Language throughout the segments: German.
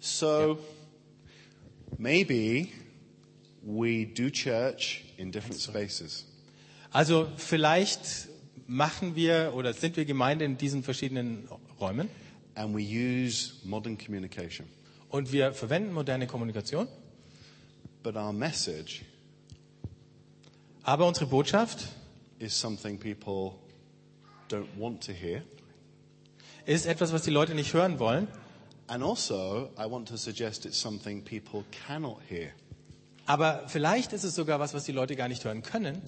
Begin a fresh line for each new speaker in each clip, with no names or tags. So maybe we do church in different spaces.
Also vielleicht machen wir oder sind wir Gemeinde in diesen verschiedenen Räumen
and we use modern communication.
und wir verwenden moderne Kommunikation,
But our message
aber unsere Botschaft
is something people don't want to hear.
ist etwas, was die Leute nicht hören wollen,
And also, I want to suggest it's something people cannot hear.
aber vielleicht ist es sogar was, was die Leute gar nicht hören können.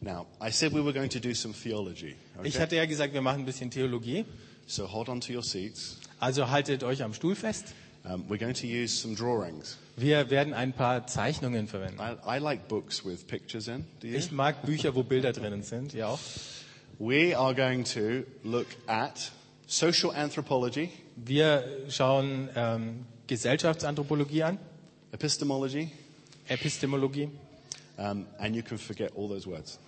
Now, I said we were going to do some theology.
Ich
Okay?
hatte ja gesagt, wir machen ein bisschen Theologie,
So hold on to your seats.
also haltet euch am Stuhl fest.
Um, we're going to use some drawings.
Wir werden ein paar Zeichnungen verwenden.
I, I like books with pictures in. Do you?
Ich mag Bücher, wo Bilder drinnen sind, ja auch.
We are going to look at social anthropology,
Wir schauen ähm, Gesellschaftsanthropologie an,
epistemology,
Epistemologie.
um, and you can forget all those words.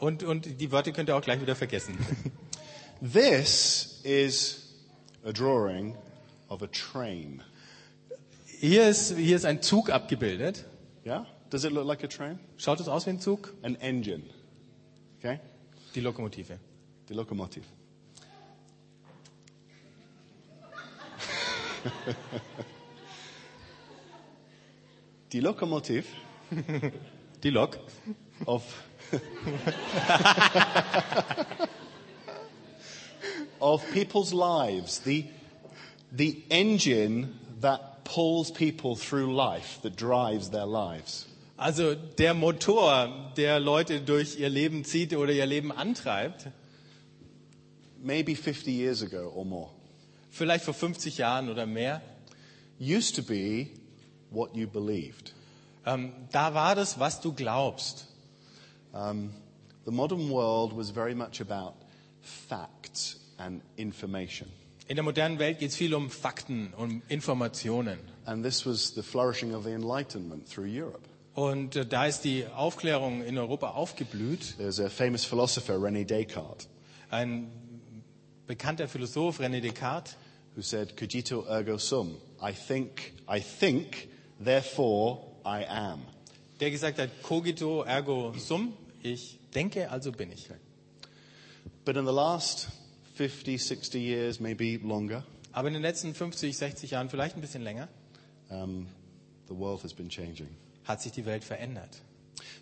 Und, und die Wörter könnt ihr auch gleich wieder vergessen.
This is a drawing of a train.
Hier ist, hier ist ein Zug abgebildet.
Yeah? Does it look like a train?
Schaut es aus wie ein Zug?
An engine. Okay?
Die Lokomotive.
The locomotive. the locomotive
Die Lok.
of of people's lives, the the engine that pulls people through life, that drives their lives.
Also der Motor, der Leute durch ihr Leben zieht oder ihr Leben antreibt.
Maybe 50 years ago or more,
Vielleicht vor 50 Jahren oder mehr.
used to be what you believed.
Ähm, da war das, was du glaubst.
The modern world was very much about facts and information.
In der modernen Welt geht es viel um Fakten, um Informationen.
And this was the flourishing of the Enlightenment through Europe.
Und äh, da ist die Aufklärung in Europa aufgeblüht.
There's a famous philosopher, Rene Descartes,
Ein bekannter Philosoph, René Descartes,
who said, Cogito ergo sum, I think, I think, therefore I am.
der gesagt hat, cogito ergo sum, ich denke, also bin ich.
But in the last 50, 60 years, maybe longer,
Aber in den letzten 50, 60 Jahren, vielleicht ein bisschen länger,
um, the world has been changing.
hat sich die Welt verändert.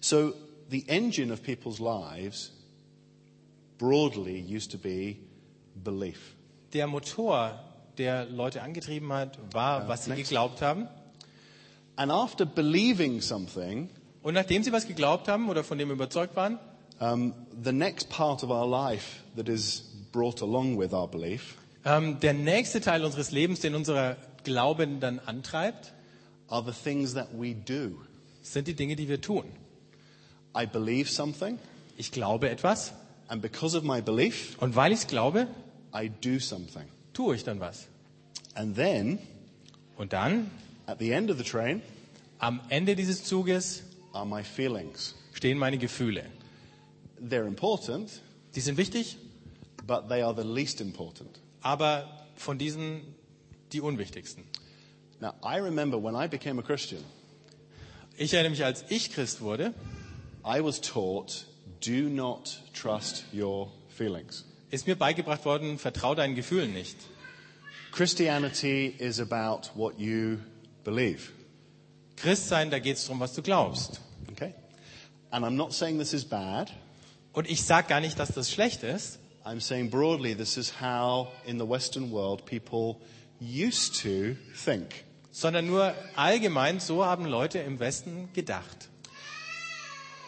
So the engine of people's lives broadly used to be belief.
Der Motor, der Leute angetrieben hat, war, was sie geglaubt haben.
And after believing something,
Und nachdem sie was geglaubt haben oder von dem überzeugt waren,
um, the next part of our life that is brought along with our belief
ähm, der nächste Teil unseres Lebens, den unser Glauben dann antreibt,
are the things that we do.
sind die Dinge, die wir tun.
I believe something,
Ich glaube etwas
and because of my belief,
und weil ich es glaube,
I do something.
tue ich dann was.
And then,
Und dann,
at the end of the train,
am Ende dieses Zuges,
are my feelings.
stehen meine Gefühle.
They're important,
Die sind wichtig,
but they are the least important.
aber von diesen die unwichtigsten.
Now, I remember when I became a Christian,
Ich erinnere mich, als ich Christ wurde,
I was taught do not trust your feelings.
ist mir beigebracht worden, vertrau deinen Gefühlen nicht.
Christianity is about what you believe.
Christ sein, da geht es darum, was du glaubst.
Okay? And I'm not saying this is bad.
Und ich sage gar nicht, dass das schlecht ist.
I'm saying broadly this is how in the Western world people used to think.
sondern nur allgemein, so haben Leute im Westen gedacht.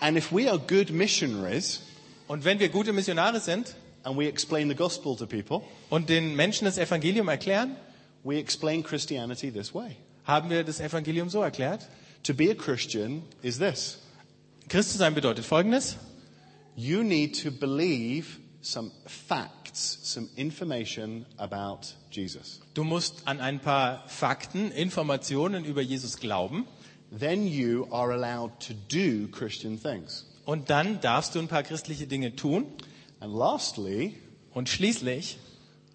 And if we are good missionaries
Und wenn wir gute Missionare sind
and we explain the gospel to people,
und den Menschen das Evangelium erklären,
we explain Christianity this way.
haben wir das Evangelium so erklärt.
To be a Christian is this
Christ zu sein bedeutet Folgendes.
you need to believe some facts, some information about Jesus.
Du musst an ein paar Fakten, Informationen über Jesus glauben
Then you are allowed to do Christian things.
und dann darfst du ein paar christliche Dinge tun.
And lastly,
Und schließlich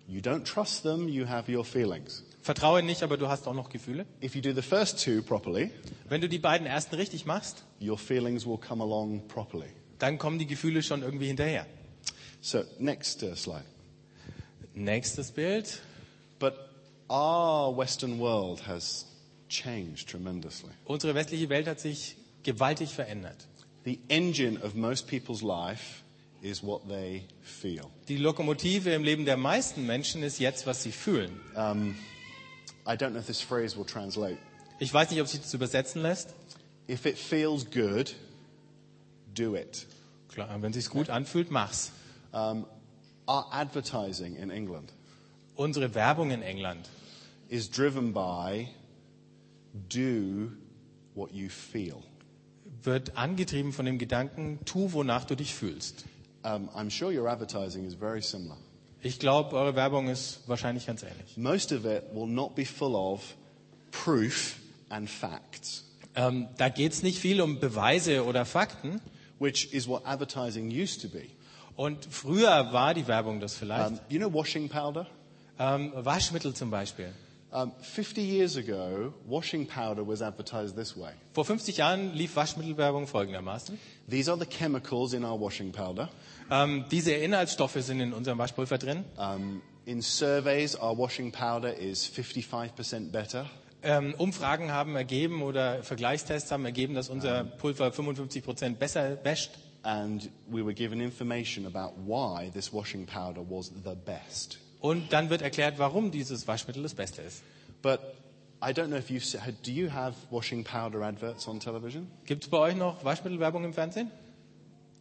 You don't trust them, you have your feelings.
Vertraue nicht, aber du hast auch noch Gefühle.
If you do the first two properly,
Wenn du die beiden ersten richtig machst,
your feelings will come along properly.
dann kommen die Gefühle schon irgendwie hinterher.
So, next uh, slide.
Nächstes Bild.
But our Western world has changed tremendously.
Unsere westliche Welt hat sich gewaltig verändert.
The engine of most people's life is what they feel.
Die Lokomotive im Leben der meisten Menschen ist jetzt, was sie fühlen.
I don't know if this phrase will translate.
Ich weiß nicht, ob sich das übersetzen lässt.
If it feels good, do it.
Klar, wenn sich's gut anfühlt, mach's.
Our advertising in England
Unsere Werbung in England
is driven by do what you feel.
wird angetrieben von dem Gedanken, tu, wonach du dich fühlst.
Um, I'm sure your advertising is very similar.
Ich glaube, eure Werbung ist wahrscheinlich ganz ähnlich.
Most of it will not be full of proof and facts,
Ähm, da geht's nicht viel um Beweise oder Fakten.
which is what advertising used to be.
Und früher war die Werbung das vielleicht.
Um, you know washing powder?
Ähm, Waschmittel zum Beispiel.
Um, 50 years ago, washing powder was advertised this way.
Vor 50 Jahren lief Waschmittelwerbung folgendermaßen.
These are the chemicals in our washing powder.
Ähm, diese Inhaltsstoffe sind in unserem Waschpulver drin.
Um, in surveys, our washing powder is 55% better.
Ähm, Umfragen haben ergeben oder Vergleichstests haben ergeben, dass unser Pulver 55 Prozent besser wäscht.
And we were given information about why this washing powder was the best.
Und dann wird erklärt, warum dieses Waschmittel das Beste ist.
But I don't know if you've se- do you have washing powder adverts on television?
Gibt es bei euch noch Waschmittelwerbung im Fernsehen?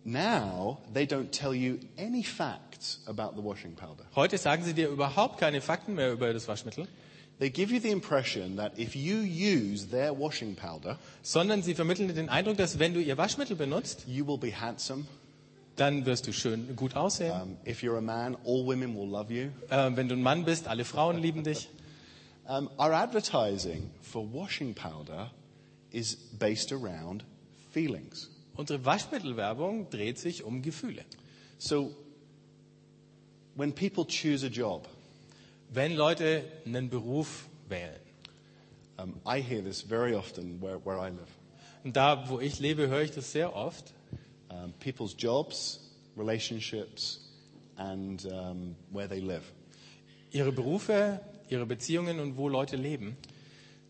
Now, they don't tell you any facts about the washing powder.
Heute sagen sie dir überhaupt keine Fakten mehr über das Waschmittel,
They give you the impression that if you use their washing powder,
sondern sie vermitteln dir den Eindruck, dass wenn du ihr Waschmittel benutzt,
you will be handsome.
dann wirst du schön gut aussehen.
Um, if you're a man, all women will love you.
Äh, wenn du ein Mann bist, alle Frauen lieben dich.
Um, our advertising for washing powder is based around feelings.
Unsere Waschmittelwerbung dreht sich um Gefühle.
So when people choose a job,
Wenn Leute einen Beruf wählen,
um, I hear this very often where, where I live.
und da wo ich lebe, höre ich das sehr oft,
Um, people's jobs, relationships, and um, where they live.
ihre Berufe, ihre Beziehungen und wo Leute leben,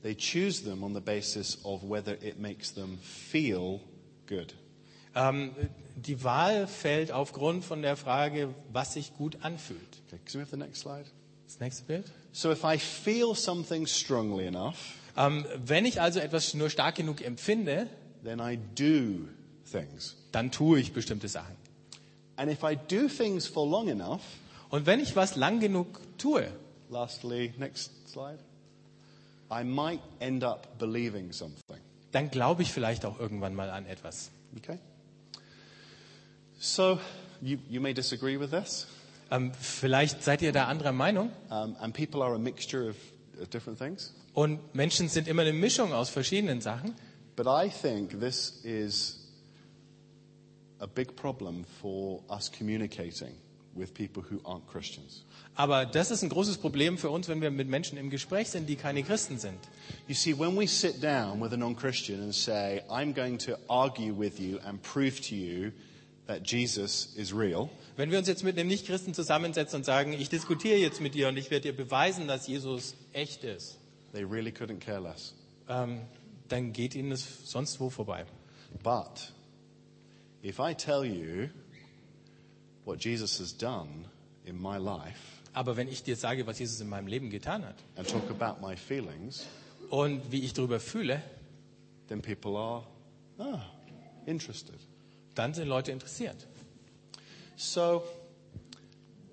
They choose them on the basis of whether it makes them feel good.
ähm, die Wahl fällt aufgrund von der Frage, was sich gut anfühlt.
Okay, can we have the next slide?
Das nächste Bild.
So if I feel something strongly enough,
Ähm, wenn ich also etwas nur stark genug empfinde,
then I do things.
dann tue ich bestimmte Sachen.
And if I do things for long enough,
Und wenn ich was lang genug tue,
lastly, next slide, I might end up believing something.
dann glaube ich vielleicht auch irgendwann mal an etwas.
Okay? So, you, you may disagree with this,
Ähm, vielleicht seid ihr da anderer Meinung.
um, and people are a mixture of, of different things,
Und Menschen sind immer eine Mischung aus verschiedenen Sachen.
but I think this is a big problem for us communicating with people who aren't Christians.
Aber das ist ein großes Problem für uns, wenn wir mit Menschen im Gespräch sind, die keine Christen sind.
You see, when we sit down with a non Christian and say, I'm going to argue with you and prove to you that Jesus is real,
Wenn wir uns jetzt mit einem Nichtchristen zusammensetzen und sagen, ich diskutiere jetzt mit dir und ich werde dir beweisen, dass Jesus echt ist,
they really couldn't care less.
ähm, dann geht ihnen das sonst wo vorbei.
But if I tell you what Jesus has done in my life
Aber wenn ich dir sage, was Jesus in meinem Leben getan hat
and talk about my feelings,
und wie ich darüber fühle,
then people are ah, interested.
dann sind Leute interessiert.
So,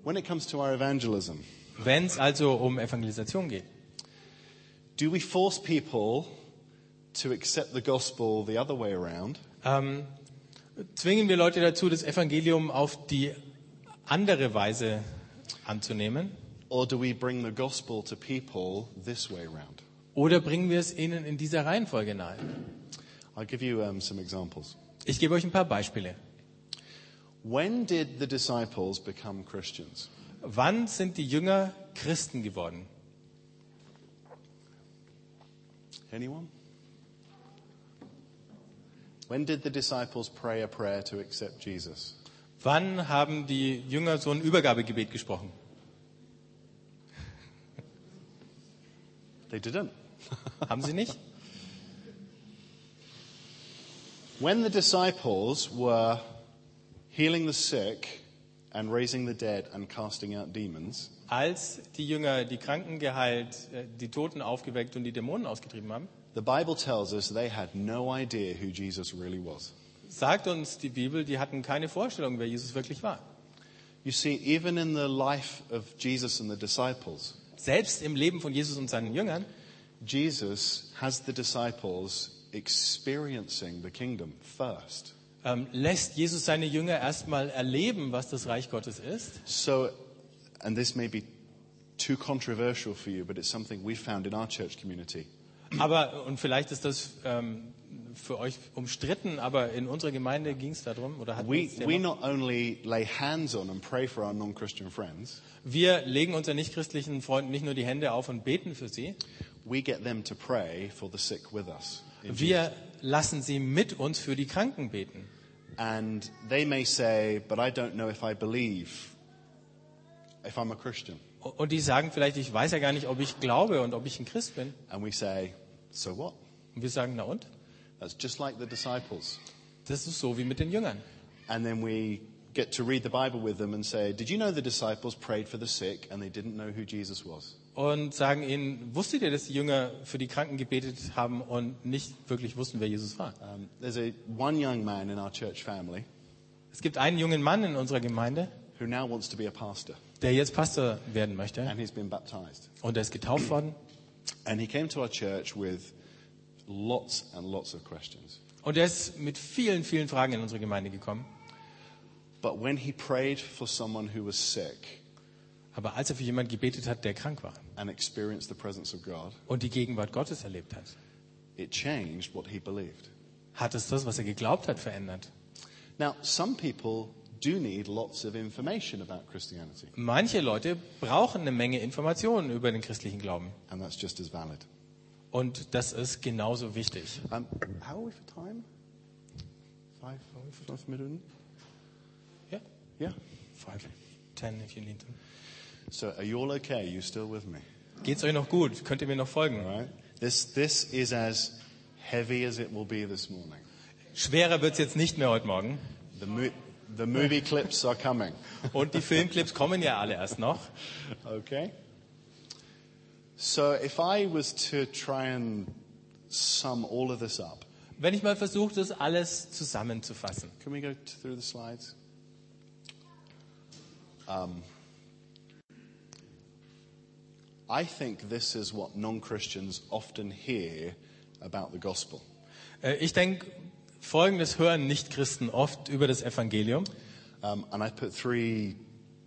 when it comes to our evangelism,
Wenn es also um Evangelisation geht,
do we force people to accept the gospel the other way around?
ähm, zwingen wir Leute dazu, das Evangelium auf die andere Weise anzunehmen?
Or do we bring the gospel to people this way round?
Oder bringen wir es ihnen in dieser Reihenfolge nahe?
I'll give you um, some examples.
Ich gebe euch ein paar Beispiele.
When did the disciples become Christians?
Wann sind die Jünger Christen geworden?
Anyone? When did the disciples pray a prayer to accept Jesus?
Wann haben die Jünger so ein Übergabegebet gesprochen?
They didn't.
Haben sie nicht?
When the disciples were healing the sick and raising the dead and casting out demons,
Als die Jünger die Kranken geheilt, äh, die Toten aufgeweckt und die Dämonen ausgetrieben haben,
the Bible tells us they had no idea who Jesus really was.
sagt uns die Bibel, die hatten keine Vorstellung, wer Jesus wirklich war.
You see, even in the life of Jesus and the disciples,
Selbst im Leben von Jesus und seinen Jüngern
Jesus has the disciples experiencing the kingdom first.
ähm, lässt Jesus seine Jünger erstmal erleben, was das Reich Gottes ist.
So, and this may be too controversial for you, but it's something we found in our church community.
Aber, und vielleicht ist das ähm, für euch umstritten, aber in unserer Gemeinde ging es darum, oder hat
We,
uns
we not only lay hands on and pray for our non Christian friends,
wir legen unseren nichtchristlichen Freunden nicht nur die Hände auf und beten für sie,
we get them to pray for the sick with us.
wir lassen sie mit uns für die Kranken beten.
And they may say, but I don't know if I believe, if I'm a Christian.
Und die sagen vielleicht, ich weiß ja gar nicht, ob ich glaube und ob ich ein Christ bin.
And we say, so what?
Und wir sagen, na und?
That's just like the disciples.
Das ist so wie mit den Jüngern.
And then we get to read the Bible with them and say, Did you know the disciples prayed for the sick and they didn't know who Jesus was?
Und sagen ihnen, wusstet ihr, dass die Jünger für die Kranken gebetet haben und nicht wirklich wussten, wer Jesus war?
Um, there's a, one young man in our church family
Es gibt einen jungen Mann in unserer Gemeinde,
who now wants to be a pastor
der jetzt Pastor werden möchte.
and he's been baptized.
Und er ist getauft worden.
And he came to our church with lots and lots of questions.
Und er ist mit vielen, vielen Fragen in unsere Gemeinde gekommen.
But when he prayed for someone who was sick
Aber als er für jemanden gebetet hat, der krank war
and experienced the presence of God,
und die Gegenwart Gottes erlebt hat,
it changed what he believed.
hat es das, was er geglaubt hat, verändert.
Now, some people do need lots of information about Christianity,
Manche Leute brauchen eine Menge Informationen über den christlichen Glauben.
and that's just as valid.
Und das ist genauso wichtig.
Um, how are we for time? Five, five, five minutes?
Ja?
Yeah.
Five, ten if you need to.
So are you all okay? You still with me?
Geht's euch noch gut? Könnt ihr mir noch folgen?
All right. This, this is as heavy as it will be this morning.
Schwerer wird's jetzt nicht mehr heute Morgen.
The, mo- the movie clips are coming.
Und die Filmclips kommen ja alle erst noch.
Okay. So if I was to try and sum all of this up,
Wenn ich mal versuche, das alles zusammenzufassen.
can we go t- through the slides? Um, I think this is what non Christians often hear about the gospel.
Äh, Ich denke, Folgendes hören Nichtchristen oft über das Evangelium.
Um, and I put three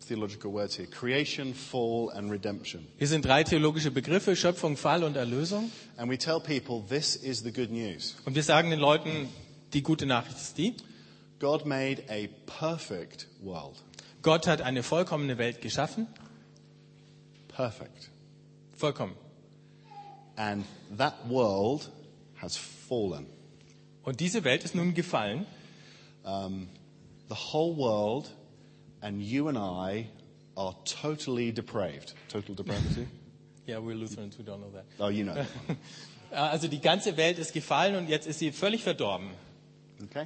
theological words here creation, fall, and redemption.
Hier sind drei theologische Begriffe, Schöpfung, Fall und Erlösung.
And we tell people this is the good news.
Und wir sagen den Leuten, die gute Nachricht ist die,
God made a perfect world.
Gott hat eine vollkommene Welt geschaffen.
Perfect.
Vollkommen.
And that world has fallen.
Und diese Welt ist nun gefallen.
The whole world and you and I are totally depraved. Total depravity?
Ja, we're Lutherans, we don't know that.
oh, you know. that one.
Also die ganze Welt ist gefallen und jetzt ist sie völlig verdorben.
Okay?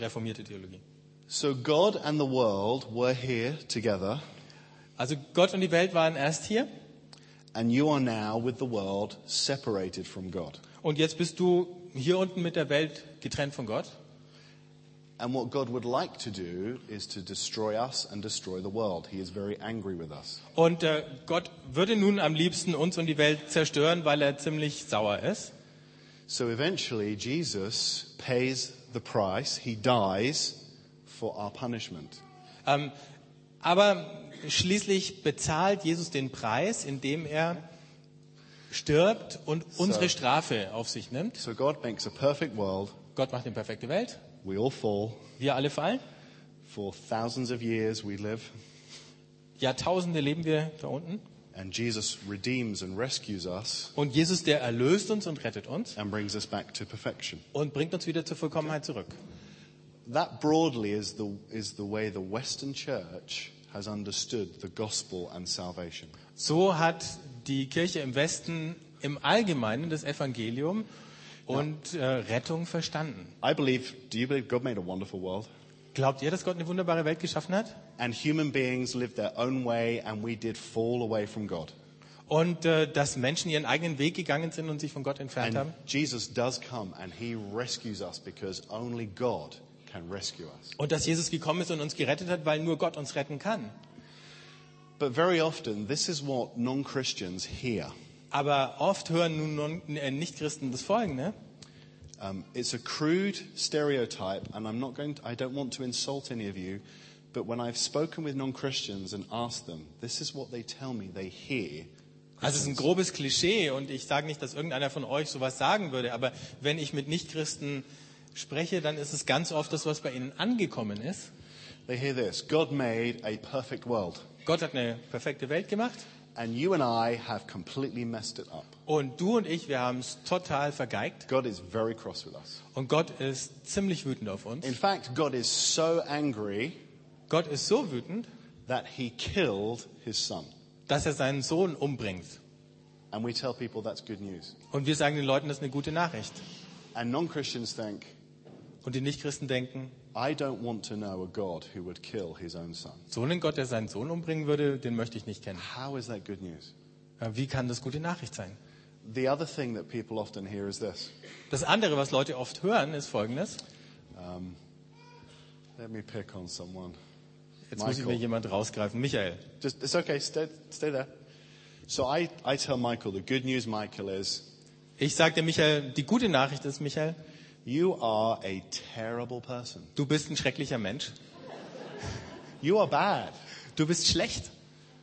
Reformierte Theologie.
So God and the world were here together,
Also Gott und die Welt waren erst hier
and you are now with the world separated from God.
und jetzt bist du hier unten mit der Welt getrennt von Gott.
And what God would like to do is to destroy us and destroy the world. He is very angry with us.
Und äh, Gott würde nun am liebsten uns und die Welt zerstören, weil er ziemlich sauer ist.
So eventually, Jesus pays the price. He dies for our punishment.
Ähm, aber schließlich bezahlt Jesus den Preis, indem er stirbt und unsere Strafe auf sich nimmt.
So God makes a perfect world.
Gott macht eine perfekte Welt.
We all fall.
Wir alle fallen.
For thousands of years we live,
Jahrtausende leben wir da unten.
And Jesus redeems and rescues us
Und Jesus, der erlöst uns und rettet uns
and brings us back to perfection.
und bringt uns wieder zur Vollkommenheit zurück.
That broadly is the, is the way the Western church has understood the gospel and salvation.
So hat die Kirche im Westen im Allgemeinen das Evangelium und äh, Rettung verstanden.
I believe, do you believe God made a wonderful world?
Glaubt ihr, dass Gott eine wunderbare Welt geschaffen hat?
And human beings lived their own way, and we did fall away from God.
Und äh, dass Menschen ihren eigenen Weg gegangen sind und sich von Gott entfernt
And
haben?
Jesus does come, and he rescues us because only God can rescue us.
Und dass Jesus gekommen ist und uns gerettet hat, weil nur Gott uns retten kann.
But very often, this is what non Christians hear.
Aber oft hören nun non- äh, Nichtchristen das Folgende.
Um, it's a crude stereotype, and I'm not going to, I don't want to insult any of you, but when I've spoken with non Christians and asked them, this is what they tell me they hear.
Also es ist ein grobes Klischee und ich sage nicht, dass irgendeiner von euch sowas sagen würde, aber wenn ich mit Nichtchristen spreche, dann ist es ganz oft das, was bei ihnen angekommen ist.
They hear this God made a perfect world,
Gott hat eine perfekte Welt gemacht
and you and I have completely messed it up.
und du und ich, wir haben es total vergeigt
God is very cross with us.
und Gott ist ziemlich wütend auf uns.
In fact, God is so angry
Gott ist so wütend,
that he killed his son.
dass er seinen Sohn umbringt.
And we tell people that's good news.
Und wir sagen den Leuten, das ist eine gute Nachricht.
And non Christians think,
Und die Nichtchristen denken,
I don't want to know a God who would kill his own son.
so einen Gott, der seinen Sohn umbringen würde, den möchte ich nicht kennen.
How is that good news?
Ja, Wie kann das gute Nachricht sein?
The other thing that people often hear is this.
Das andere, was Leute oft hören, ist Folgendes.
Let me pick on someone.
Jetzt muss ich mir
Michael.
jemand rausgreifen. Michael.
Just, it's okay, stay, stay there. So I, I tell Michael, the good news, Michael, is
Ich sagte Michael, die gute Nachricht ist, Michael,
you are a terrible person.
du bist ein schrecklicher Mensch.
You are bad.
Du bist schlecht.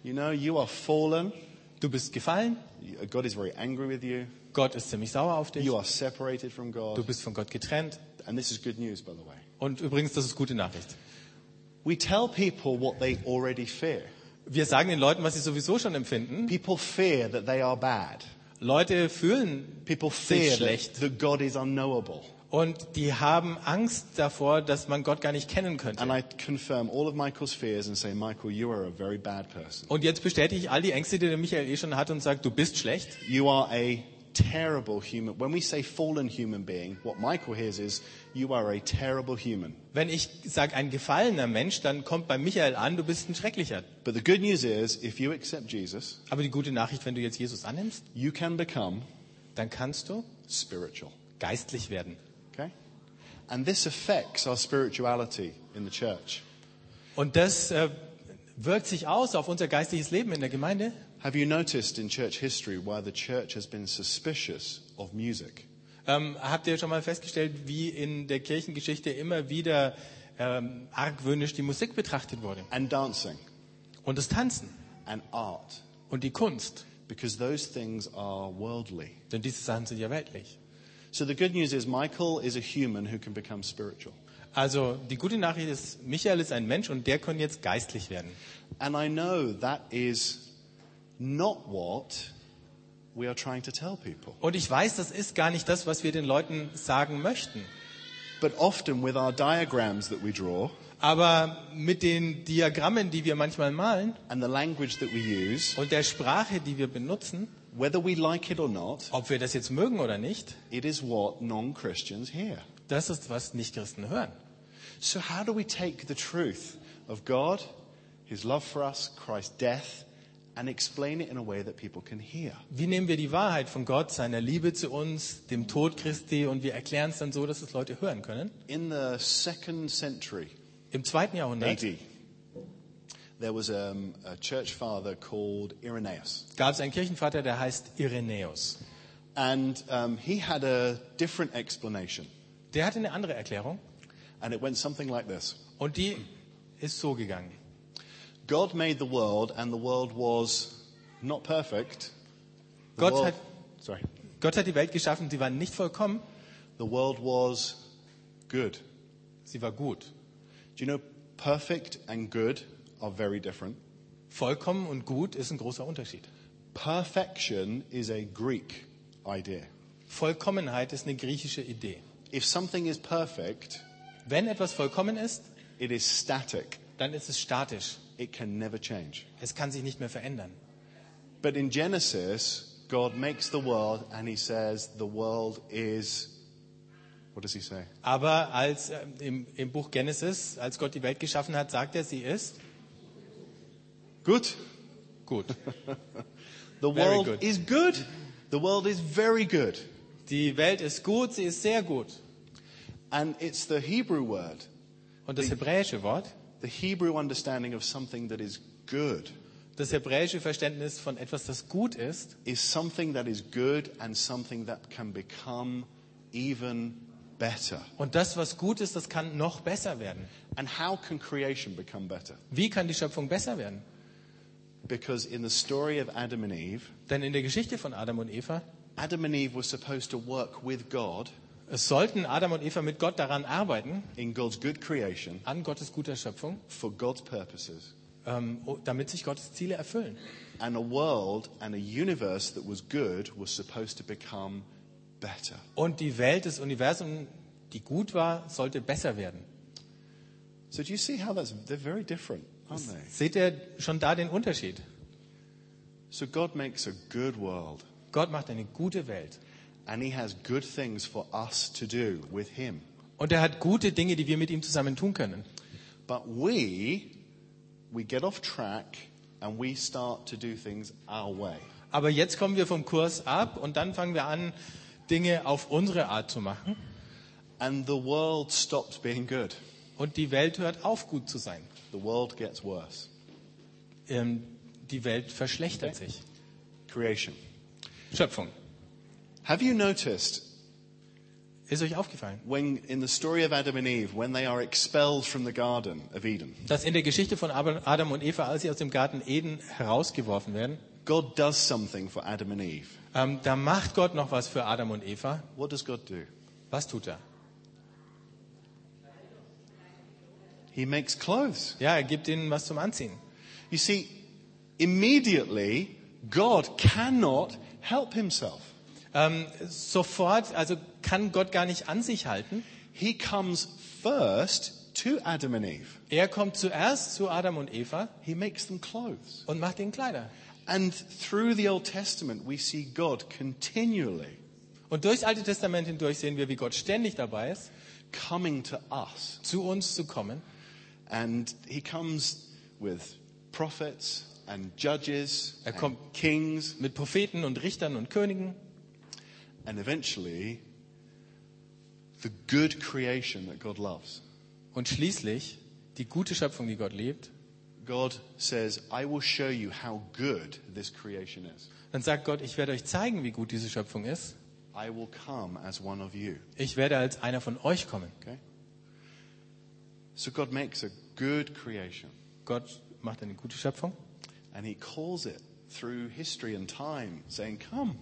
You know, you are fallen.
Du bist gefallen.
You- God is very angry with you.
Gott ist ziemlich sauer auf dich.
You are separated from
Du
God.
bist von Gott getrennt.
And this is good news, by the way.
Und übrigens, das ist gute Nachricht.
We tell people what they already fear.
Wir sagen den Leuten, was sie sowieso schon empfinden.
People fear that they are bad.
Leute fühlen
People
sich
fear that,
schlecht.
that God is unknowable.
Und die haben Angst davor, dass man Gott gar nicht kennen könnte.
And I confirm all of Michael's fears and say, Michael, you are a very bad person.
Und jetzt bestätige ich all die Ängste, die der Michael eh schon hat und sagt, du bist schlecht.
You are a terrible human. When we say fallen human being, what Michael hears is, you are a terrible human.
Wenn ich sage, ein gefallener Mensch, dann kommt bei Michael an, du bist ein schrecklicher.
But the good news is, if you accept Jesus,
Aber die gute Nachricht, wenn du jetzt Jesus annimmst,
you can become
dann kannst du
spiritual.
geistlich werden.
Okay? And this affects our spirituality in the church.
Und das äh, wirkt sich aus auf unser geistliches Leben in der Gemeinde.
Have you noticed in church history why the church has been suspicious of music?
Ähm, habt ihr schon mal festgestellt, wie in der Kirchengeschichte immer wieder ähm, argwöhnisch die Musik betrachtet wurde?
And dancing
Und das Tanzen
and art,
und die Kunst.
because those things are worldly.
Denn diese Sachen sind ja weltlich.
So the good news is Michael is a human who can become spiritual.
Also die gute Nachricht ist, Michael ist ein Mensch und der kann jetzt geistlich werden.
And I know that is not what we are trying to tell people.
Und ich weiß, das ist gar nicht das, was wir den Leuten sagen möchten.
But often with our diagrams that we draw
Aber mit den Diagrammen, die wir manchmal malen
and the language that we use,
und der Sprache, die wir benutzen,
whether we like it or not,
ob wir das jetzt mögen oder nicht,
it is what non-Christians hear.
das ist, was Nichtchristen hören.
So, how do we take the truth of God, His love for us, Christ's death, and explain it in a way that people can hear?
Wie nehmen wir die Wahrheit von Gott, seiner Liebe zu uns, dem Tod Christi und wir erklären es dann so, dass es Leute hören können?
In the second century
Im zweiten Jahrhundert
AD, there was um, a church father called Irenaeus,
gab es einen Kirchenvater, der heißt Irenäus.
and um, he had a different explanation,
Der hatte eine andere Erklärung
and it went something like this
und die ist so gegangen.
God made the world, and the world was not perfect. The
Gott
world-
hat-
sorry,
Gott hat die Welt geschaffen, sie war nicht vollkommen,
the world was good.
sie war gut.
Do you know perfect and good are very different?
Vollkommen und gut ist ein großer Unterschied.
Perfection is a Greek idea.
Vollkommenheit ist eine griechische Idee.
If something is perfect,
Wenn etwas vollkommen ist,
it is static,
dann ist es statisch.
it can never change.
Es kann sich nicht mehr verändern.
But in Genesis, God makes the world and he says, the world is. What does he say?
Aber als ähm, im, im Buch Genesis, als Gott die Welt geschaffen hat, sagt er, sie ist
Good.
gut.
The
Very
world
good.
is good. The world is very good.
Die Welt ist gut, sie ist sehr gut.
And it's the Hebrew word,
Und das hebräische Wort,
the Hebrew understanding of something that is good,
das hebräische Verständnis von etwas, das gut ist,
is something that is good and something that can become even better.
und das, was gut ist, das kann noch besser werden.
And how can creation become better?
Wie kann die Schöpfung besser werden?
Because in the story of Adam and Eve,
Denn in der Geschichte von Adam und Eva,
Adam and Eve were supposed to work with God
es sollten Adam und Eva mit Gott daran arbeiten,
in God's good creation
an Gottes guter Schöpfung,
for God's purposes.
ähm, damit sich Gottes Ziele erfüllen.
And a world and a universe that was good was supposed to become better.
Und die Welt, das Universum, die gut war, sollte besser werden.
So do you see how that's they're very different, aren't they?
Seht ihr schon da den Unterschied?
So God makes a good world
Gott macht eine gute Welt.
and he has good things for us to do with him.
Und er hat gute Dinge, die wir mit ihm zusammen tun können.
But we we get off track and we start to do things our way.
Aber jetzt kommen wir vom Kurs ab und dann fangen wir an, Dinge auf unsere Art zu machen.
And the world stops being good.
Und die Welt hört auf, gut zu sein.
The world gets worse.
Ähm, die Welt verschlechtert sich.
Creation.
Schöpfung.
Have you noticed
Ist euch aufgefallen,
when in the story of Adam and Eve, when they are expelled from the Garden of Eden,
dass in der Geschichte von Ab- Adam und Eva, als sie aus dem Garten Eden herausgeworfen werden,
God does something for Adam and Eve.
ähm, da macht Gott noch was für Adam und Eva.
What does God do?
Was tut er?
He makes clothes.
Ja, er gibt ihnen was zum Anziehen.
You see, immediately, God cannot help himself.
Ähm, sofort, also kann Gott gar nicht an sich halten.
He comes first to Adam and Eve.
Er kommt zuerst zu Adam und Eva
He makes them clothes.
und macht ihnen Kleider.
And through the Old Testament, we see God continually
Und durchs Alte Testament hindurch sehen wir, wie Gott ständig dabei ist,
coming to us.
zu uns zu kommen.
And he comes with prophets and judges
Er
and
kommt-
kings.
Mit Propheten und Richtern und Königen.
And eventually, the good creation that God loves.
Und schließlich die gute Schöpfung, die Gott liebt.
God says, I will show you how good this creation is.
Dann sagt Gott, ich werde euch zeigen, wie gut diese Schöpfung ist.
I will come as one of you.
Ich werde als einer von euch kommen.
Okay? So God makes a good creation,
Gott macht eine gute Schöpfung.
and He calls it through history and time, saying, Come,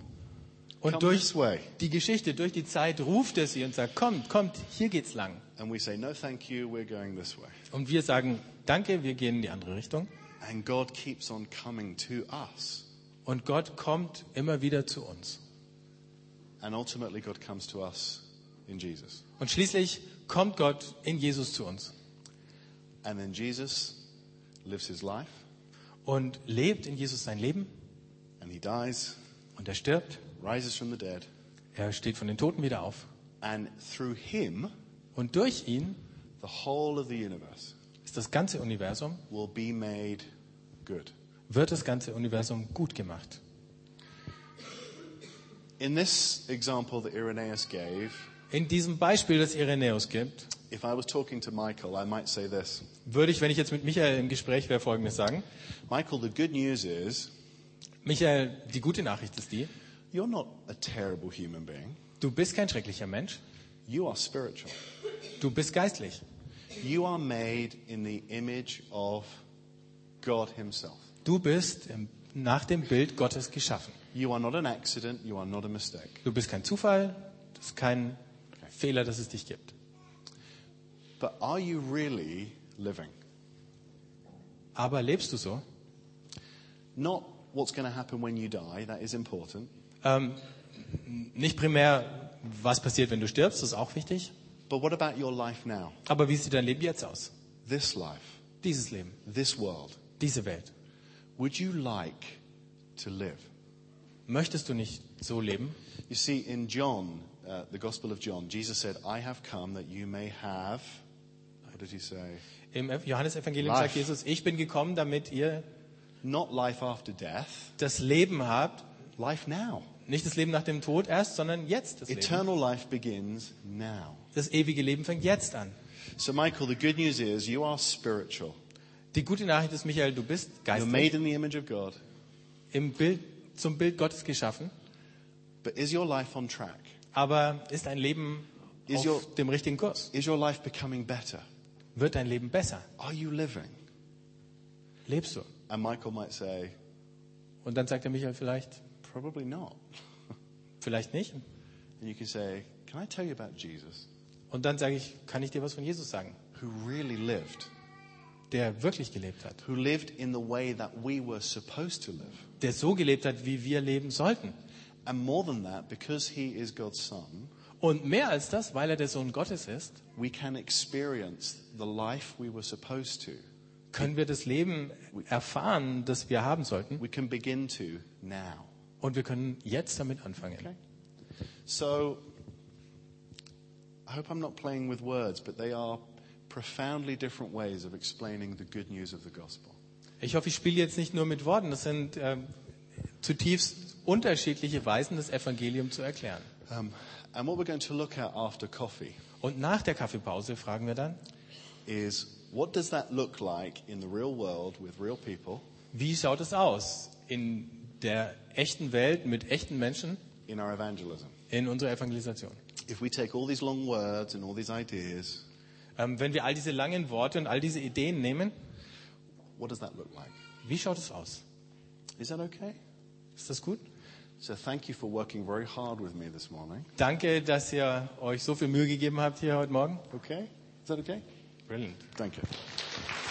Und
come
durch
this way.
die Geschichte, durch die Zeit ruft er sie und sagt, kommt, kommt, hier geht's lang.
And we say, No, thank you, we're going this way.
Und wir sagen, danke, wir gehen in die andere Richtung.
And God keeps on coming to us.
Und Gott kommt immer wieder zu uns.
And ultimately, God comes to us in Jesus.
Und schließlich kommt Gott in Jesus zu uns
And then Jesus lives his life.
und lebt in Jesus sein Leben
and he dies,
und er stirbt.
rises from the dead,
Er steht von den Toten wieder auf.
and through him,
Und durch ihn
the whole of the universe
ist das ganze Universum,
will be made good.
wird das ganze Universum gut gemacht.
In this example that Irenaeus gave,
In diesem Beispiel, das Irenäus gibt,
if I was talking to Michael, I might say this
würde ich, wenn ich jetzt mit Michael im Gespräch wäre, Folgendes sagen.
Michael, the good news is
Michael, die gute Nachricht ist die,
you're not a terrible human being,
du bist kein schrecklicher Mensch,
you are spiritual.
du bist geistlich.
You are made in the image of God Himself.
Du bist ähm, nach dem Bild Gottes geschaffen.
You are not an accident, you are not a mistake.
Du bist kein Zufall, das ist kein Fehler, dass es dich gibt.
But are you really living?
Aber lebst du so?
Not what's going to happen when you die. That is important.
Ähm, Nicht primär, was passiert, wenn du stirbst, das ist auch wichtig.
But what about your life now?
Aber wie sieht dein Leben jetzt aus?
This life,
Dieses Leben,
this world.
diese Welt.
Would you like to live?
Möchtest du nicht so leben?
You see, in John, uh, the Gospel of John, Jesus said, I have come that you may have. What did he say?
Im Ev- Johannesevangelium
Life.
sagt Jesus, ich bin gekommen, damit ihr
Not life after death,
das Leben habt.
life now.
Nicht das Leben nach dem Tod erst, sondern jetzt das Leben.
Eternal life begins now.
Das ewige Leben fängt jetzt an.
So, Michael, the good news is you are spiritual.
Die gute Nachricht ist, Michael, du bist
You're
geistig
made in the image of God.
im Bild, zum Bild Gottes geschaffen,
But is your life on track?
aber ist dein Leben
Is
auf
your-
dem richtigen Kurs?
Is your life becoming better?
Wird dein Leben besser?
Are you living?
Lebst du?
And Michael might say,
Und dann sagt der Michael vielleicht,
probably not.
vielleicht nicht.
And you can say, can I tell you about Jesus,
Und dann sage ich, kann ich dir was von Jesus sagen,
who really lived,
der wirklich gelebt hat,
who lived in the way that we were supposed to live?
der so gelebt hat, wie wir leben sollten.
And more than that, because he is God's son,
Und mehr als das, weil er der Sohn Gottes ist,
we can experience the life we were supposed to.
können wir das Leben erfahren, das wir haben sollten.
We can begin to now.
Und wir können jetzt damit anfangen.
Okay? So, I hope I'm not playing with words, but they are profoundly different ways of explaining the good news of the gospel.
Ich hoffe, ich spiele jetzt nicht nur mit Worten. Das sind ähm, zutiefst unterschiedliche Weisen, das Evangelium zu erklären.
Um, and what we're going to look at after coffee
Und nach der Kaffeepause fragen wir dann,
is what does that look like in the real world with real people,
wie schaut es aus in der echten Welt mit echten Menschen
in our evangelism?
in unserer Evangelisation?
If we take all these long words and all these ideas,
Ähm, wenn wir all diese langen Worte und all diese Ideen nehmen,
what does that look like?
wie schaut es aus?
Is that okay?
Ist das gut?
So thank you for working very hard with me this morning.
Danke, dass ihr euch so viel Mühe gegeben habt hier heute Morgen.
Okay? Is that okay?
Brilliant.
Thank you.